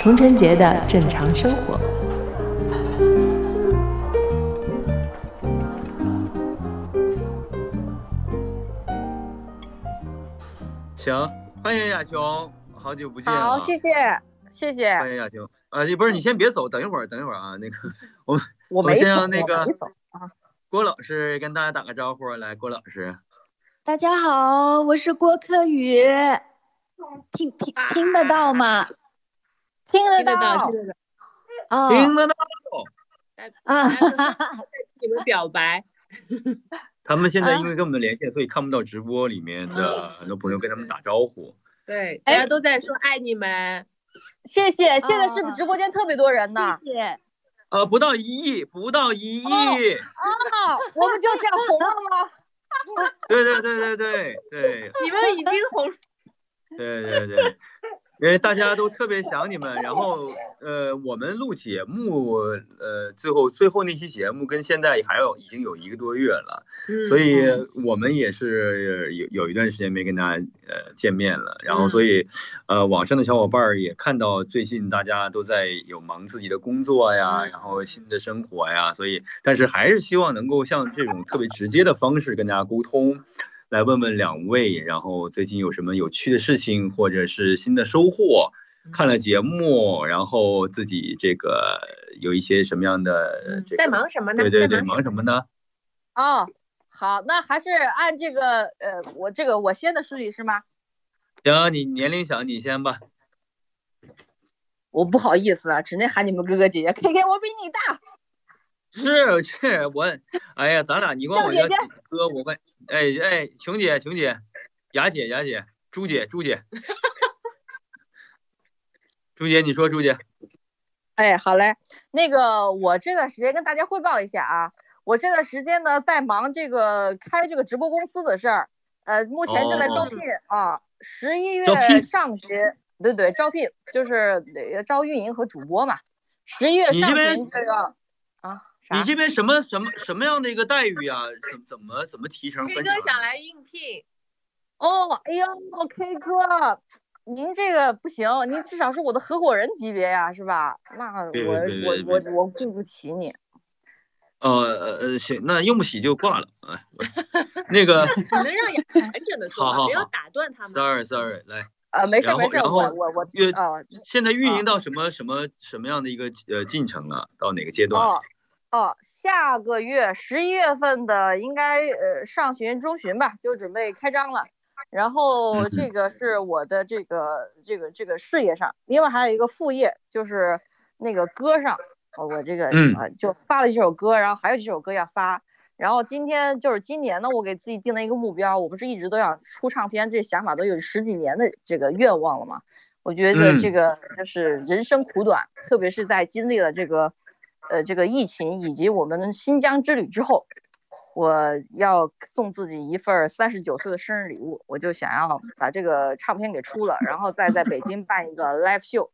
童晨杰的正常生活。行，欢迎亚琼，好久不见啊好，谢谢谢欢谢，迎亚琼。啊，不是，你先别走，等一会儿，等一会儿啊。那个，我们 我没先走，让那个我没走啊，郭老师跟大家打个招呼，来，郭老师。大家好，我是郭柯宇，听听听得到吗？听得听得到到，，听得到。哦啊、听嗯得到？啊，来我们你们表白，他们现在嗯啊因为跟我们连线，所以看不到直播里面的很多朋友跟他们打招呼。对，哎大家都在说爱你们。谢谢。现在是不啊是直播间特别多人呢？谢谢。呃，不到一亿，不到一亿。哦啊， 我们就这样红了吗？对对对对对对你们 已经红，对对对，因为大家都特别想你们，然后呃，我们录节目，呃，最后最后那期节目跟现在还有已经有一个多月了，所以嗯我们也是有有一段时间没跟大家呃见面了，然后所嗯以呃，网上的小伙伴儿也看到最近大家都在有忙自己的工作呀，嗯然后新的生活呀，所以但是还是希望能够像这种特别直接的方式跟大家沟通。来问问两位，然后最近有什么有趣的事情，或者是新的收获？嗯看了节目，然后自己这个有一些什么样的嗯呃这个？在忙什么呢？对对对，在忙什么呢？啊，好，那还是按这个呃，我这个我先的顺序是吗？行，你年龄小，你先吧。我不好意思啊，只能喊你们哥哥姐姐。K K，我比你大。是是，我，哎呀，咱俩你管我叫叫姐姐哥，我管，哎哎，琼姐琼姐，雅姐雅姐，朱姐朱姐，朱姐你说朱姐，哎，好嘞，那个我这段时间跟大家汇报一下啊，我这段时间呢在忙这个开这个直播公司的事儿，呃，目前正在招哦聘啊，十一招聘月上旬，对对，招聘就是呃招运营和主播嘛，十一月你这上边旬这个啊你啥？这边什么什么什么样的一个待遇啊？怎怎么怎么提成忙分飞成哥啊？想来应聘，哦，哎呦，K 哥，您这个不行，您至少是我的合伙人级别呀、是吧？那我对对对对我我我雇不起你。呃呃呃，行，那用不起就挂了。哎，我那 个你们让雅完整的说好好吧，不要好啊打断他们。 ，sorry sorry，来，呃，没事然儿后没事儿，然后我我我越呃现在运营到什么什么什么样的一个呃进程了？到哪个阶段了？哦哦，下个月十一月份的应该呃上旬中旬吧，就准备开张了。然嗯后哼这个是我的这个这个这个事业上，另外还有一个副业就是那个歌上，哦我这个嗯呃就发了几首歌，然后还有几首歌要发。然后今天就是今年呢，我给自己定了一个目标，我不是一直都想出唱片，这想法都有十几年的这个愿望了嘛。我觉得嗯这个就是人生苦短，特别是在经历了这个呃这个疫情以及我们新疆之旅之后，我要送自己一份三十九岁的生日礼物，我就想要把这个唱片给出了，然后再在北京办一个 live show，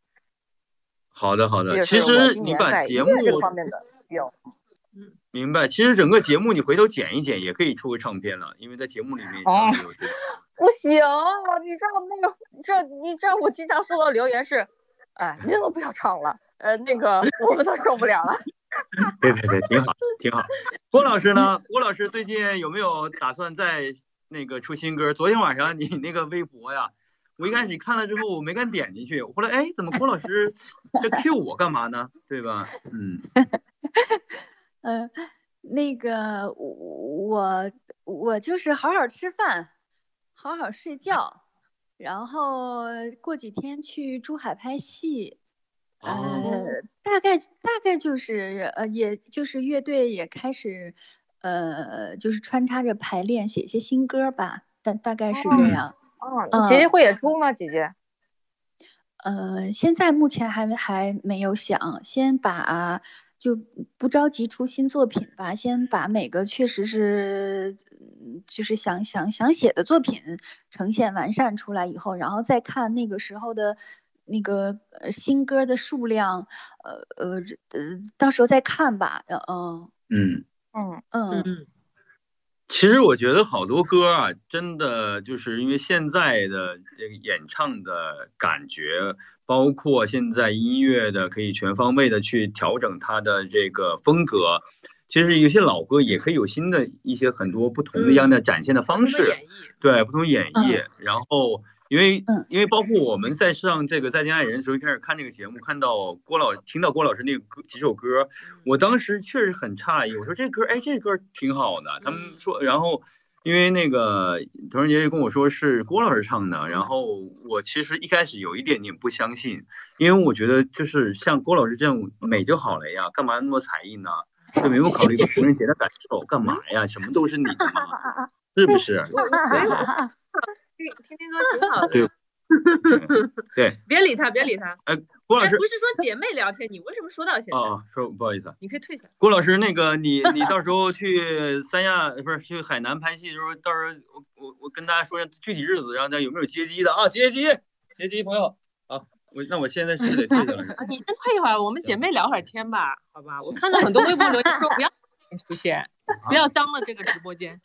好的好这的，就其是我实今你年把在节音目乐这方面的愿望。明白，其实整个节目你回头剪一剪，也可以出个唱片了，因为在节目里面哦有这个不行，你知道那个这你知道我经常收到留言是，哎，您都不要唱了，呃，那个我们都受不了了。对对对，挺好，挺好。郭老师呢？郭老师最近有没有打算再那个出新歌？昨天晚上你那个微博呀，我一开始看了之后，我没敢点进去，我后来哎，怎么郭老师这 Q 我干嘛呢？对吧？嗯，嗯、那个我我就是好好吃饭，好好睡觉，然后过几天去珠海拍戏。哦，呃，大概大概就是呃，也就是乐队也开始，呃，就是穿插着排练写一些新歌吧，但大概是这哦样。哦，嗯你姐姐会演出吗？姐姐？呃，现在目前还没还没有想，先把就不着急出新作品吧，先把每个确实是嗯就是想想想写的作品呈现完善出来以后，然后再看那个时候的那个呃新歌的数量，呃呃这呃，到时候再看吧。呃嗯嗯，嗯，嗯嗯，其实我觉得好多歌啊，真的就是因为现在的这个演唱的感觉，包括现在音乐的可以全方位的去调整它的这个风格。其实有些老歌也可以有新的一些很多不同的样的展现的方式。嗯不同的演绎，嗯对，不同演绎。然后，因为嗯因为包括我们在上这个《再见爱人》的时候，一开始看这个节目，看到郭老听到郭老师那个歌几首歌，我当时确实很诧异，我说这歌，哎，这歌挺好的。他们说，然后因为那个童仁杰就跟我说是郭老师唱的，然后我其实一开始有一点点不相信，因为我觉得就是像郭老师这样美就好了呀，干嘛那么多才艺呢？就没有考虑过童仁杰的感受，干嘛呀？什么都是你的嘛，是不是？我我没有听听听歌挺好对的，对，别理他，别理他。嗯郭老哎，师不是说姐妹聊天，你为什么说到现在？哦，哦，说不好意思啊，你可以退下。郭老师，那个你你到时候去三亚不是去海南拍戏的时候，到时候我我我跟大家说一下具体日子，然后大家有没有接机的啊？接机接机朋友啊，我那我现在是得退下 了。啊，你先退一会儿，我们嗯姐妹聊会儿天吧，好吧？ 我看到很多微博留言说不要 出现，不要脏了这个直播间。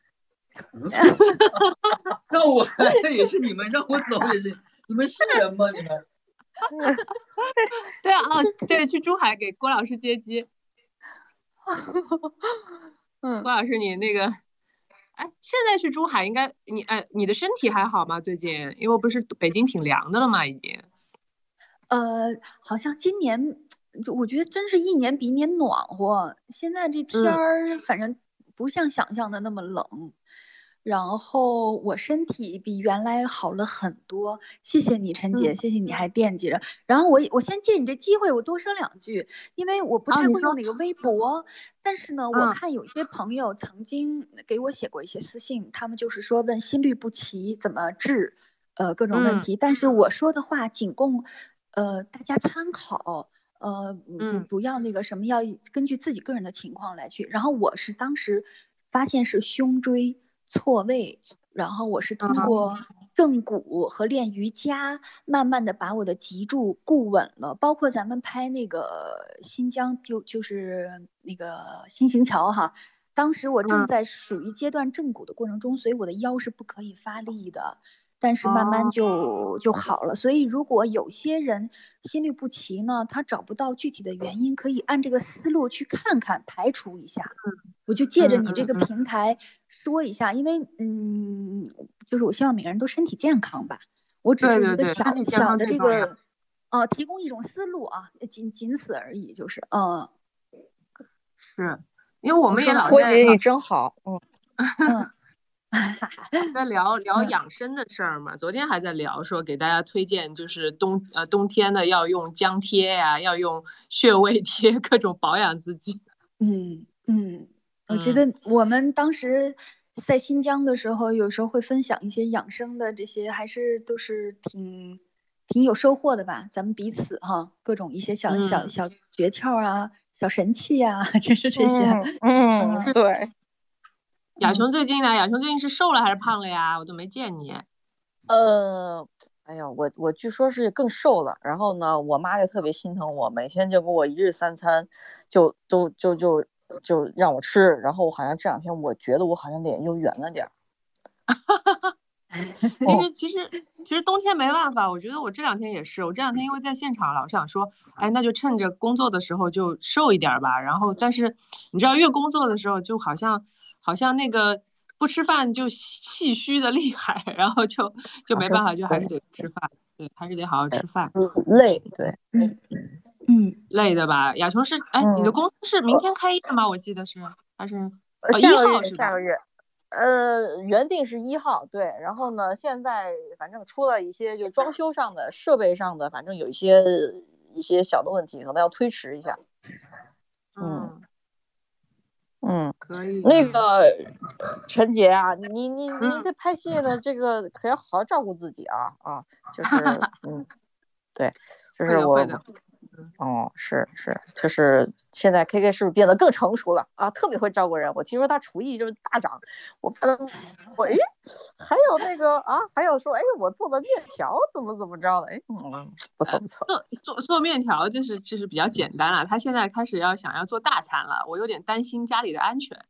让我来的也是你们，让我走也是你们是人吗？你 们 对啊，哦，对，去珠海给郭老师接机。 嗯郭老师，你那个，哎，现在去珠海应该你哎，你的身体还好吗？最近，因为不是北京挺凉的了嘛，已经。呃，好像今年就我觉得真是一年比一年暖和。现在这天嗯儿反正不像想象的那么冷。然后我身体比原来好了很多，谢谢你，陈嗯姐，谢谢你还惦记着。然后我也我先借你这机会，我多说两句，因为我不啊太你会说用那个微博，但是呢，我嗯看有些朋友曾经给我写过一些私信，他们就是说问心律不齐怎么治，呃，各种问嗯题。但是我说的话仅供，呃，大家参考，呃，不嗯不要那个什么，要根据自己个人的情况来去。然后我是当时发现是胸椎错位，然后我是通啊过正骨和练瑜伽，慢慢的把我的脊柱固稳了。包括咱们拍那个新疆，就就是那个新行桥哈。当时我正嗯在属于阶段正骨的过程中，所以我的腰是不可以发力的，但是慢慢哦就就好了。所以如果有些人心律不齐呢，他找不到具体的原因，可以按这个思路去看看，排除一下。我就借着嗯你这嗯个嗯平台说一下，因为嗯，就是我希望每个人都身体健康吧。我只对是对一个对小身体健小康的最这重要个，呃，提供一种思路啊，仅仅此而已，就是嗯是，因为我们也老郭在姐你真好， 嗯 嗯在聊聊嗯养生的事儿嘛，昨天还在聊说给大家推荐，就是冬呃冬天的要用姜贴呀、要用穴位贴，各种保养自己。嗯嗯，我觉嗯得我们当时在新疆的时候，有时候会分享一些养生的这些，还是都是挺挺有收获的吧。咱们彼此哈，各种一些小小嗯小诀窍啊、小神器啊， 真是这些。嗯 嗯嗯，对，亚嗯琼最近呢？亚琼最近是瘦了还是胖了呀？我都没见你。呃，哎呀，我我据说是更瘦了，然后呢，我妈就特别心疼我，每天就给我一日三餐，就都就就就让我吃，然后我好像这两天我觉得我好像脸又圆了点儿，哦其实其实其实冬天没办法，我觉得我这两天也是，我这两天因为在现场老想说，哎，那就趁着工作的时候就瘦一点儿吧。然后，但是你知道，越工作的时候就好像好像那个不吃饭就气虚的厉害，然后就就好没像办法，就还是对得吃饭，对，还是得好好吃饭，累，对，嗯，累的吧？亚琼是，哎，你的嗯公司是明天开业吗？我记得是还是呃哦下一个号月是下吧个月，呃，原定是一号，对，然后呢，现在反正出了一些就装修上的、设备上的，反正有一些一些小的问题，可能要推迟一下，嗯，嗯。可以那个陈杰啊，你你你嗯这拍戏的这个可要 好好照顾自己啊啊，就是嗯，对，就会是的我会的哦，是是，就是现在 K K 是不是变得更成熟了啊？特别会照顾人，我听说他厨艺就是大涨。我看到我哎，还有那个啊，还有说哎，我做的面条怎么怎么着的，哎，嗯，不错不错，做做做面条就是就是比较简单了、他现在开始要想要做大餐了，我有点担心家里的安全。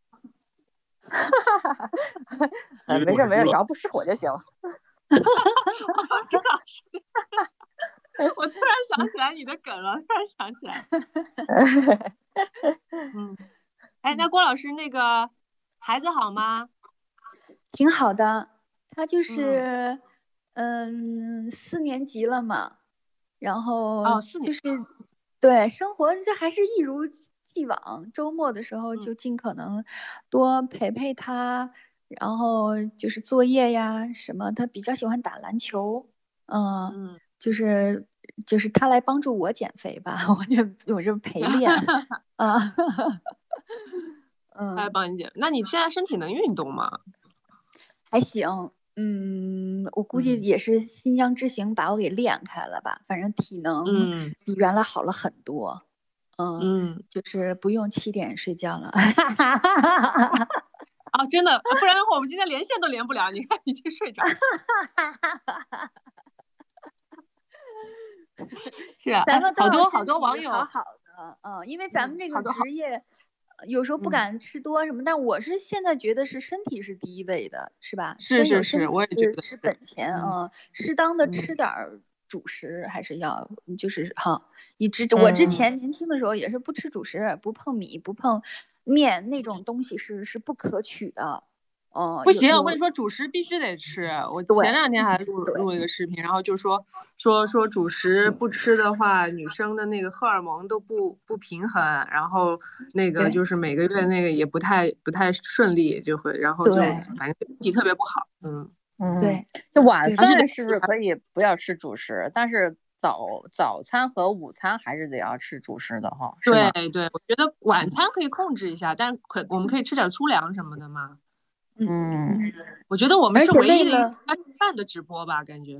呃一个哎没事我儿没事儿，知只道要不失火就行了。周老师，哎 我突然想起来你的梗了，突然想起来。 嗯，哎，那郭老师那个孩子好吗？挺好的。他就是，嗯四年级了嘛，然后哦四就年是，对，生活这还是一如既往。周末的时候嗯就尽可能多陪陪他，然后就是作业呀什么，他比较喜欢打篮球，嗯，嗯，就是就是他来帮助我减肥吧， 我就我就陪 练啊， 他来嗯，呃帮你解。那你现在身体能运动吗？还行，嗯，我估计嗯也是新疆之行把我给练开了吧，反正体能嗯比原来好了很多，嗯，嗯，就是不用七点睡觉了，哦，真的，不然的话我们今天连线都连不了。你看，已经睡着了。 是啊，咱们好都要多身好多体网友好好的，嗯，因为咱嗯们这好个多好职业。呃有时候不嗯敢吃多什么，但我是现在觉得是身体是第一位的，是吧？是身有是身是我也体觉是得是是本钱嗯啊、适当的吃点儿主食还是要，就是哈，以之我之嗯前年轻的时候也是不吃主食，不碰米，不碰面那种东西是是不可取的，哦、不有行，我有嗯跟你说，主食必须得吃。我对前两天还录对录了一个视频，然后就说说说主食不吃的话，女生的那个荷尔蒙都不不平衡，然后那个对就是每个月那个也不太不太顺利，就会然后就对反正身体特别不好。嗯，嗯，对，就晚对而且得饭是不是可以不要吃主食？但是早早餐和午餐还是得要吃主食的哈，是吗？对对，我觉得晚餐可以控制一下，但可我们可以吃点粗粮什么的嘛。 嗯我觉得我们而是且唯一为的一个了不爱吃饭的直播吧，感觉。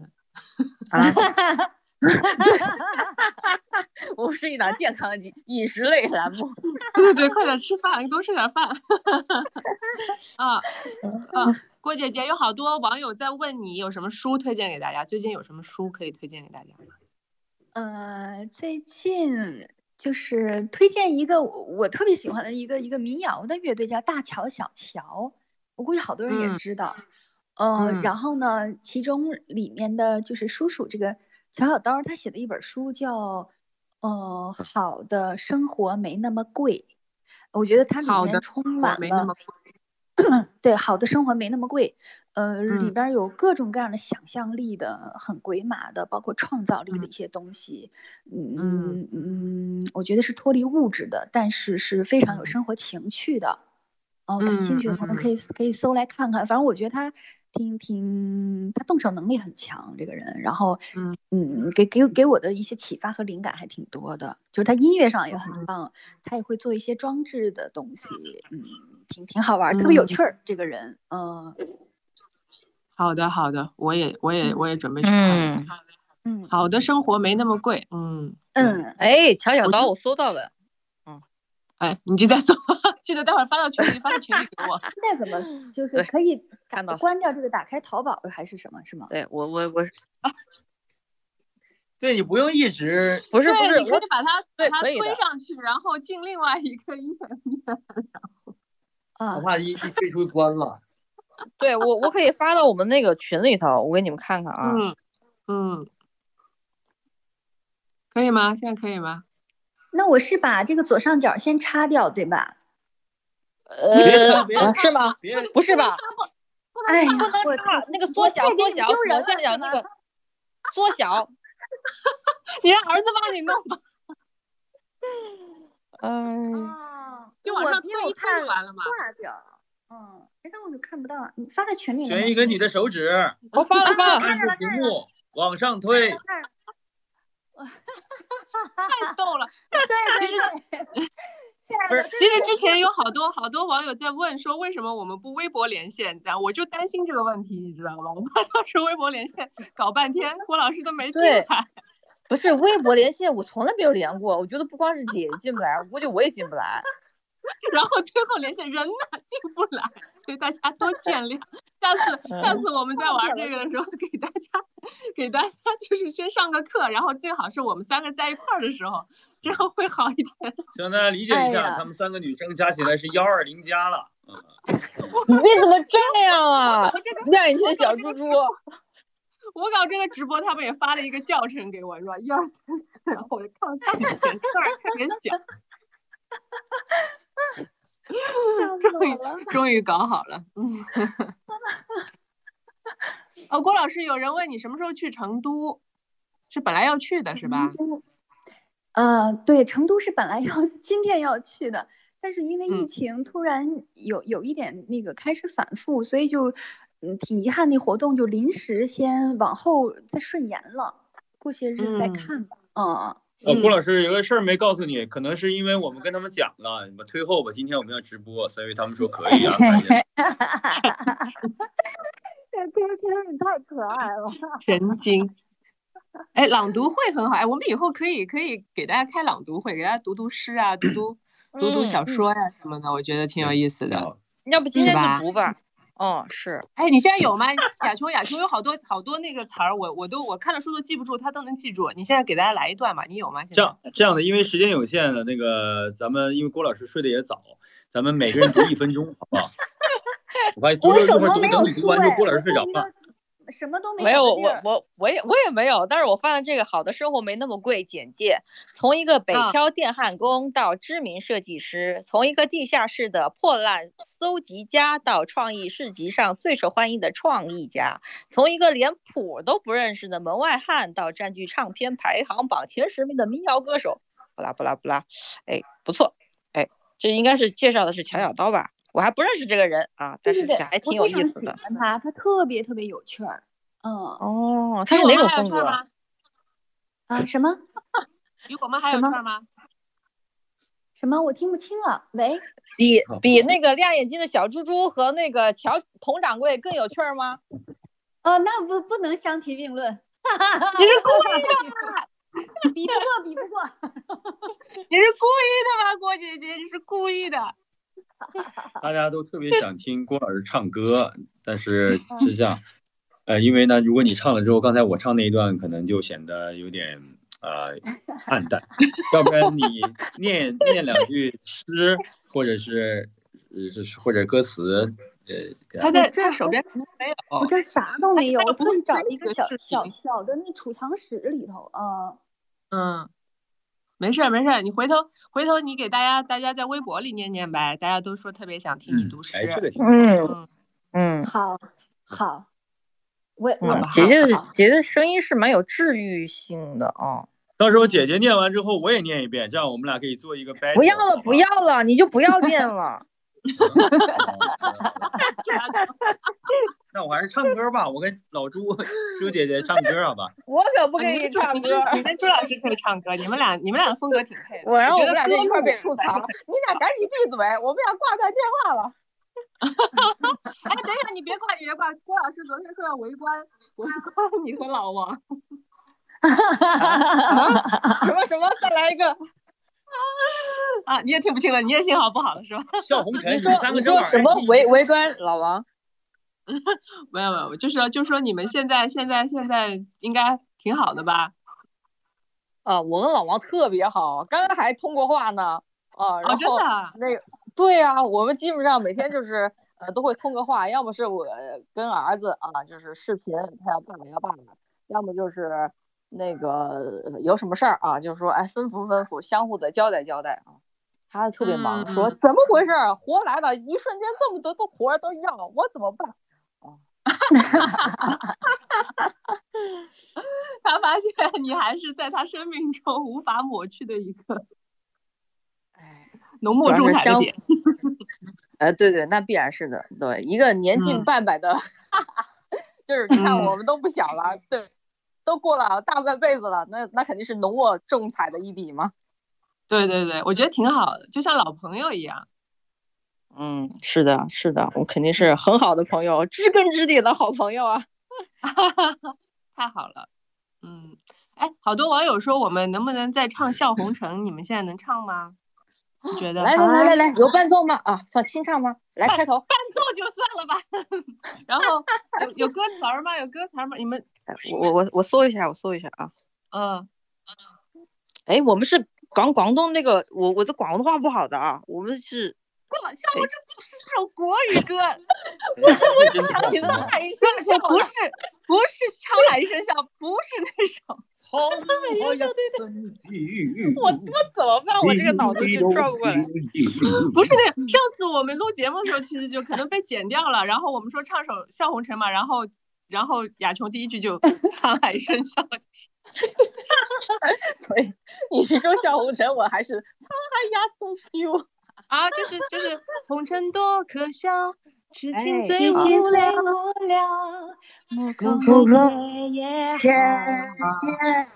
啊， 我 们是一档健康饮饮食类栏目。 对对对，快点吃饭，多吃点饭。 啊嗯啊，郭姐姐有好多网友在问你有什么书推荐给大家，最近有什么书可以推荐给大家吗？呃，最近就是推荐一个我我特别喜欢的一个一个民谣的乐队，叫大乔小乔，我估计好多人也嗯知道。呃，嗯然后呢，其中里面的就是叔叔这个乔小刀，他写的一本书叫呃《好的生活没那么贵》，我觉得它好里的面充我满没那了么对，好的生活没那么贵，呃，里嗯边儿有各种各样的想象力的、很鬼马的，包括创造力的嗯一些东西，嗯嗯嗯，我觉得是脱离物质的，但是是非常有嗯生活情趣的。哦，感兴嗯趣的朋友嗯可以可以搜来看看，反正我觉得他挺挺，他动手能力很强，这个人，然后嗯嗯，给给给我的一些启发和灵感还挺多的，就是他音乐上也很棒，他也会做一些装置的东西，嗯，挺挺好玩儿，特别有嗯趣儿。这个人，嗯好的好的，我也我也我也准备去看一看。嗯嗯好的生活没那么贵，嗯，嗯，哎，乔小刀，我搜到了。哎，你就在说， 记得待会儿发到群里，发到群里给我。现在怎么就是对可以看到了关掉这个，打开淘宝还是什么？是吗？对我我我对你不用一直不是不对，是你可我以把它把对它可以推的上去，然后进另外一个页面。我啊，怕一一退出关 了。对我我可以发到我们那个群里头，我给你们看看啊。嗯嗯，可以吗？现在可以吗？那我是把这个左上角先擦掉，对吧？别呃别 啊，是吗？别 不是吧？哎呀，不能我差，那个我缩小太缩丢小，丢人我了想想是那吧个缩小。你让儿子帮你弄吧。 嗯，哦，就我往上推因为我一推看就完了嘛。挂掉。嗯，哎，那我就看不到，你发在群里了吗啊选一个你的手指，我发了发了，按住屏幕往上推。 太逗了！对对其 对，亲爱不是的，其实之前有好多好多网友在问说，为什么我们不微博连线？但我就担心这个问题，你知道吗？我怕到时候微博连线搞半天，郭老师都没进对来。不是微博连线，我从来没有连过。我觉得不光是姐姐进不来，我估计我也进不来。然后最后连线人呢进不来，所以大家都见谅。下次下次我们在玩这个的时候，给大家给大家就是先上个课，然后最好是我们三个在一块儿的时候，这样会好一点。让大家理解哎一呀下，她们三个女生加起来是幺二零加了。嗯你怎么这样啊我？这个亮眼睛的小猪猪，我搞这个直播，他们也发了一个教程给我，说一二三四，然后我就看了大眼睛，个儿特别小，笑死我了。终于搞好了。 嗯。哦，郭老师，有人问你什么时候去成都？是本来要去的是 吧？成都？呃，对，成都是本来要 今天要去的，但是因为疫嗯情突然有有一点那个开始反复，所以就嗯挺遗憾，那活动就临时先往后再顺延了，过些日子再嗯看吧。嗯，哦，嗯郭老师有个事儿没告诉你，可能是因为我们跟他们讲了，你们推后吧，今天我们要直播，所以他们说可 以啊。赶紧这天真是太可爱了。神经。哎，朗读会很好，哎，我们以后可以可以给大家开朗读会，给大家读读诗啊，读读读读小嗯说呀、什么的，我觉得挺有意思啊的。要不今天是吧就读吧。哦，是，哎，你现在有吗？ 亚琼，亚琼有好多好多那个词儿，我我都我看了书都记不住，他都能记住。你现在给大家来一段吧，你有吗？现在这样这样的，因为时间有限的，那个咱们因为郭老师睡得也早，咱们每个人读一分钟，好不 好？我发现读我了一手会儿头读，没等有你读书完哎就，郭老我师睡着一了。个什么都没没有有的地我儿。我我也我也没有，但是我翻了这个《好的生活没那么贵》简介，从一个北啊漂电焊工到知名设计师，从一个地下室的破烂搜集家到创意市集上最受欢迎的创意家，从一个连谱都不认识的门外汉到占据唱片排行榜前十名的民谣歌手，不啦不啦不啦，哎，不错，哎，这应该是介绍的是乔小刀吧？我还不认识这个人啊，但对对是对，还我挺有非意常思喜的。欢他，他特别特别有趣儿。嗯哦，他比是我哪种们还有风事儿格？吗？啊，什么比我们还有什么事儿吗？什么，我听不清了。喂，比好比那个亮眼睛的小猪猪和那个乔佟掌柜更有趣儿吗？哦，那不不能相提并论。你是故意比不过，比不过。你是故意的吧，郭姐姐？你是故意的。大家都特别想听郭老师唱歌，但是 嗯是这样，呃，因为呢，如果你唱了之后，刚才我唱那一段可能就显得有点呃暗淡，要不然你念念两句诗，或者是呃，就是或者歌词，呃，给他大家在这他手边没有。我这啥都没有，那我个不特意是找那了一个个小视小频小的那储藏室里头啊。 嗯，没事儿没事儿，你回头回头你给大家大家在微博里念念呗，大家都说特别想听你嗯读诗。来这个挺好。嗯嗯，嗯好，好，我好我吧姐姐的好姐姐的声音是蛮有治愈性的哦。到时候姐姐念完之后，我也念一遍，这样我们俩可以做一个 battle。不要了，不要了，你就不要练了。 了。 那我还是唱歌吧，我跟老朱 朱姐姐唱歌好吧？我可不我给啊你唱歌，啊你跟朱老师可以唱歌，你们俩你们俩的风格挺配的。 我让觉我得们俩在歌一块儿舞被 吐槽，你俩赶紧闭嘴，我们俩挂断 电话了。哎，等一下，你别挂，你别挂。郭老师昨天说要围观围 观你和老王，什么什么，再来一个。啊，你也听不清了，你也信号不好了是吧？笑红尘，哎你说三你个正说好什么围围观老王？ 没有没有，就是说就是说你们现在现在现在应该挺好的吧？啊，我跟老王特别好，刚刚还通过话呢。啊，然哦，后真的啊，那个对啊，我们基本上每天就是呃都会通个话，要么是我跟儿子啊，就是视频他要爸爸要爸爸，要么就是那个有什么事儿啊，就是说哎吩咐吩咐，相互的交代交代啊。他特别忙，说嗯怎么回事儿？啊活来了，一瞬间这么多的活儿都要，我怎么办？他发现 你还是在他生命中无法抹去的一个哎，浓墨主重要是彩的相点。呃，对对，那必然是的，对，一个年近嗯半百的， 就是你看嗯我们都不小了，对，都过了大半辈子了，那那肯定是浓墨重彩的一笔嘛。对对对，我觉得挺好的，就像老朋友一样。 嗯，是的，是的，我肯定是很好的朋友，知根知底的好朋友啊。太好了，嗯，哎，好多网友说我们能不能再唱《 笑红尘》？你们现在能唱吗？你觉得来来来来来，有伴奏吗？啊，放清唱吗？来开头，伴奏就算了吧。 然后有有歌词儿吗？有歌词儿吗？你们哎我我我搜一下，我搜一下啊。嗯，哎，我们是广广东那个，我我的广东话不好的啊，我们是过像我这不是首国语 歌，不是，我不想起那海哎一声笑，不 是不是唱海一声笑，不是那首。好我呀，我我怎么办？我这个脑 子就转不过来。不是那上次我们录节目的时候，其实就可能被剪掉了。然后我们说唱首《笑红尘》嘛，然后然后雅琼第一句 就唱海声笑，所以你是说小红尘，我还是沧海呀 so 啊，就是就是红尘多可笑，痴情哎最是无情聊。无聊，目空空的夜天天，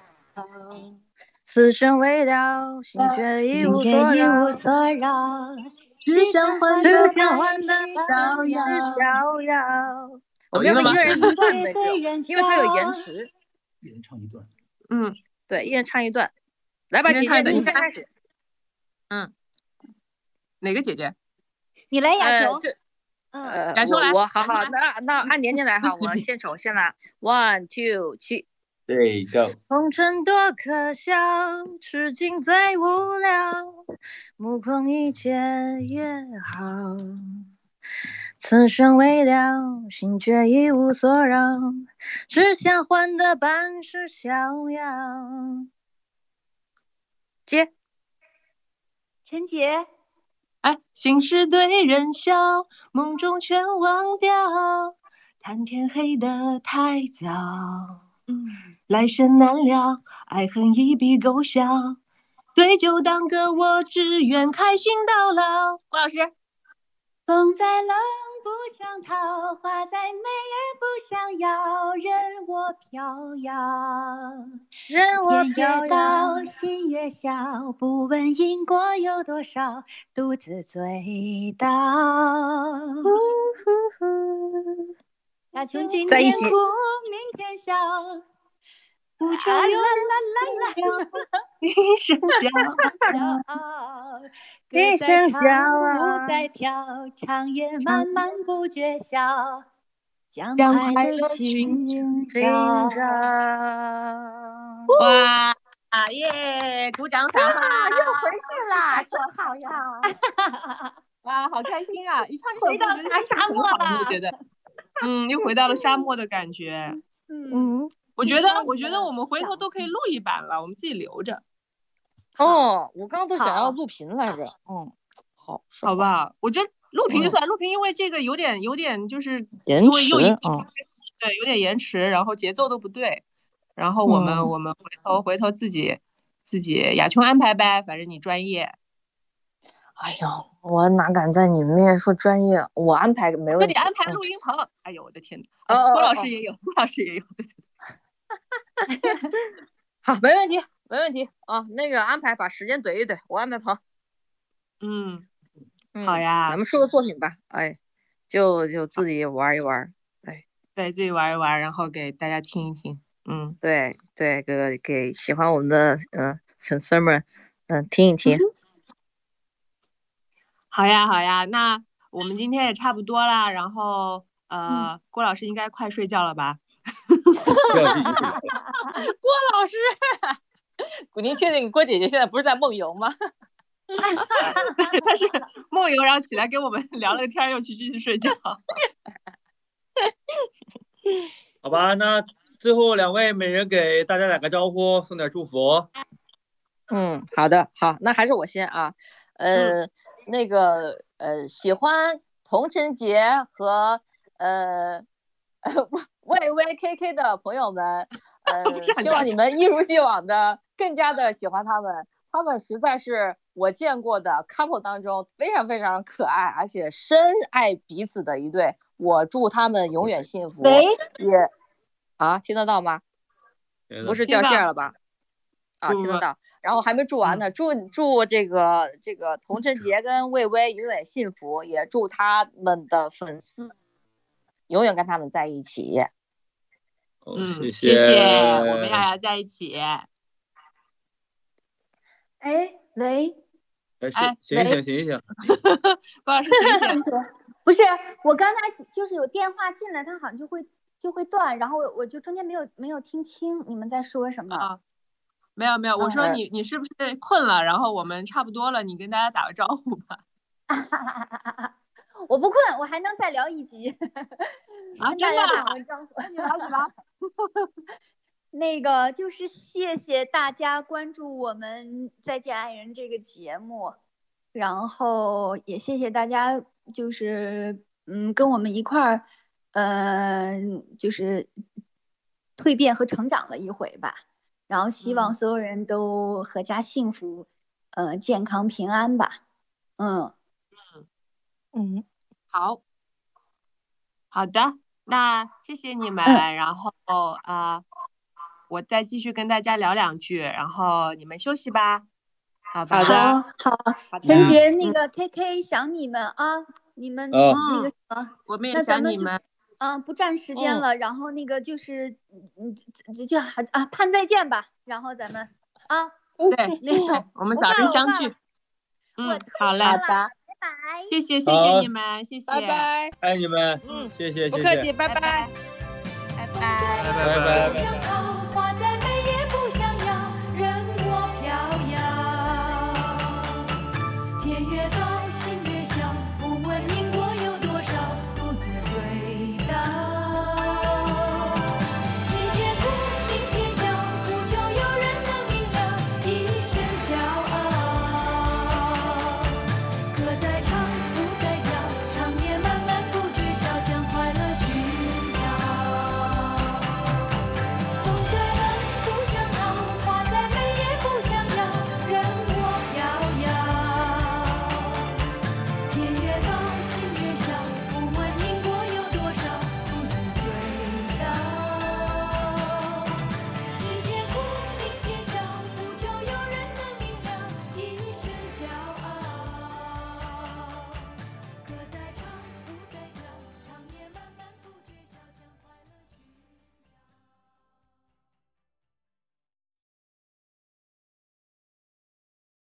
此生未到，心却已无所扰。所扰，只想换得得逍遥是逍遥。我抖音们要不了吗？一个人一段那个，人因为它有延迟。一人唱一段。嗯，对，一人唱一段。来吧，一人姐唱一姐，段你你先看开始。嗯哪个姐姐？你来呃哎雅琼，这嗯，呃，雅秋我来我好雅秋好，来那那 按年龄来哈，自己我比献丑先来，one two 七。 There you go。红尘多可笑，痴情最无聊，目空一切也好。此生未了，心却已无所扰，只想换得半世逍遥。接，陈杰，哎，心事对人笑，梦中全忘掉，谈天黑得太早。嗯，来生难料，爱恨一笔勾销。对酒当歌，我只愿开心到老。郭老 师，风再冷不想逃，花再美也不想要，任我飘摇。任我天飘摇越高，。心越小，不问因果有多少，独自醉倒。雅琼今在一天起哭，明天笑，不求啊啦有啦啦啦，一身骄傲。骄傲，歌一在声唱骄傲舞在跳，长夜漫漫不觉晓，将将快快乐乐寻寻找。找。哇啊耶！鼓掌撒 花！啊又回去啦，真好啊呀！哇，好开心啊！一唱这首回到歌我觉得大心情沙很漠好我了就觉得，嗯，又回到了沙漠的感觉。嗯，嗯，我觉得，我觉得我们回头想都可以录一版了，我们自己留着，哦，我刚刚都想好要录屏来着。嗯，好，好吧，吧？我觉得录屏就嗯算，录屏因为这个有点有点就是延因为又一迟啊。 对，有点延迟，然后节奏都不对。然后我们、嗯我们回头回头自己自己雅琼安排呗，反正你专业。哎呦，我哪敢在你们面前说专业？我安排没那问你题。安排嗯录音棚？哎呦我的天呐！哦啊哦郭老哦哦师也有，郭老师也有。对对对好，没问题，没问题啊。那个安排把时间怼一怼，我安排朋。嗯，嗯好呀咱们出个作品吧。哎，就就自己玩一玩。对，自己玩一玩，然后给大家听一听。嗯，对对，给给喜欢我们的嗯、呃粉丝们，嗯、听一 听。好呀好呀，那我们今天也差不多啦。然后嗯呃，郭老师应该快睡觉了吧？ 不要自己去郭老师，您确定郭姐姐现在不是在梦游吗？他是梦游，然后起来跟我们 聊了个天儿，又去继续睡觉。好吧，那最后两位每人给大家打个招呼，送点祝福。嗯，好的，好，那还是我先啊，嗯呃，那个呃，喜欢童晨杰和呃 Y Y K K 的朋 友们，呃是，很希正望你们一如既往的更加的喜欢他们，他们实在是我见过的 couple 当中非常非常可爱，而且深爱彼此的一对，我祝他们永远幸福，喂，也啊，听得到吗？不是听掉线到儿了吧？啊，不听不嗯得到。然后还没祝完呢，祝祝这个这个童晨杰跟魏巍永远幸福，也祝他们的粉丝永远跟他们在一起。哦 嗯，谢谢我们瑶瑶在一起。哎，喂，哎，哎醒醒醒醒醒，郭老师醒醒， 不是，我刚才就是有电话进来，它好像就会就会断，然后我我就中间没有没有听清你们在说什么。啊，没有没有，我说嗯你你是不是困了？然后我们差不多了，你跟大家打个招呼 吧。 我不困，我还能再聊一集。啊，跟真大家的啊，打 个招呼。你聊什么？那个就是谢谢大家关注我们《再见爱人》这个节目，然后也谢谢大家，就是嗯，跟我们一块儿，呃，就是蜕变和成长了一回吧。然后希望嗯所有人都阖家幸福，呃，健康平安吧。嗯，嗯，好，好的，那谢谢你们，嗯然后啊、呃我再继续跟大家聊两句，然后你们休息吧，好吧？好的，好，好的，陈嗯杰，那个 K K 想你们啊，你们啊那个嗯什么。我们也那咱想们你就们，嗯，不占时间嗯了，然后那个就是，嗯，就就还啊，盼再见吧，然后咱们啊，对，那个我们不早干日了我相干聚了。嗯，我好嘞，好的，拜拜。谢谢谢好谢你们，谢谢，拜拜，爱你们，嗯，谢谢不谢客谢，气，拜拜拜。，拜拜。拜拜拜拜。花再美也不想要，人我飘摇。天越高，心越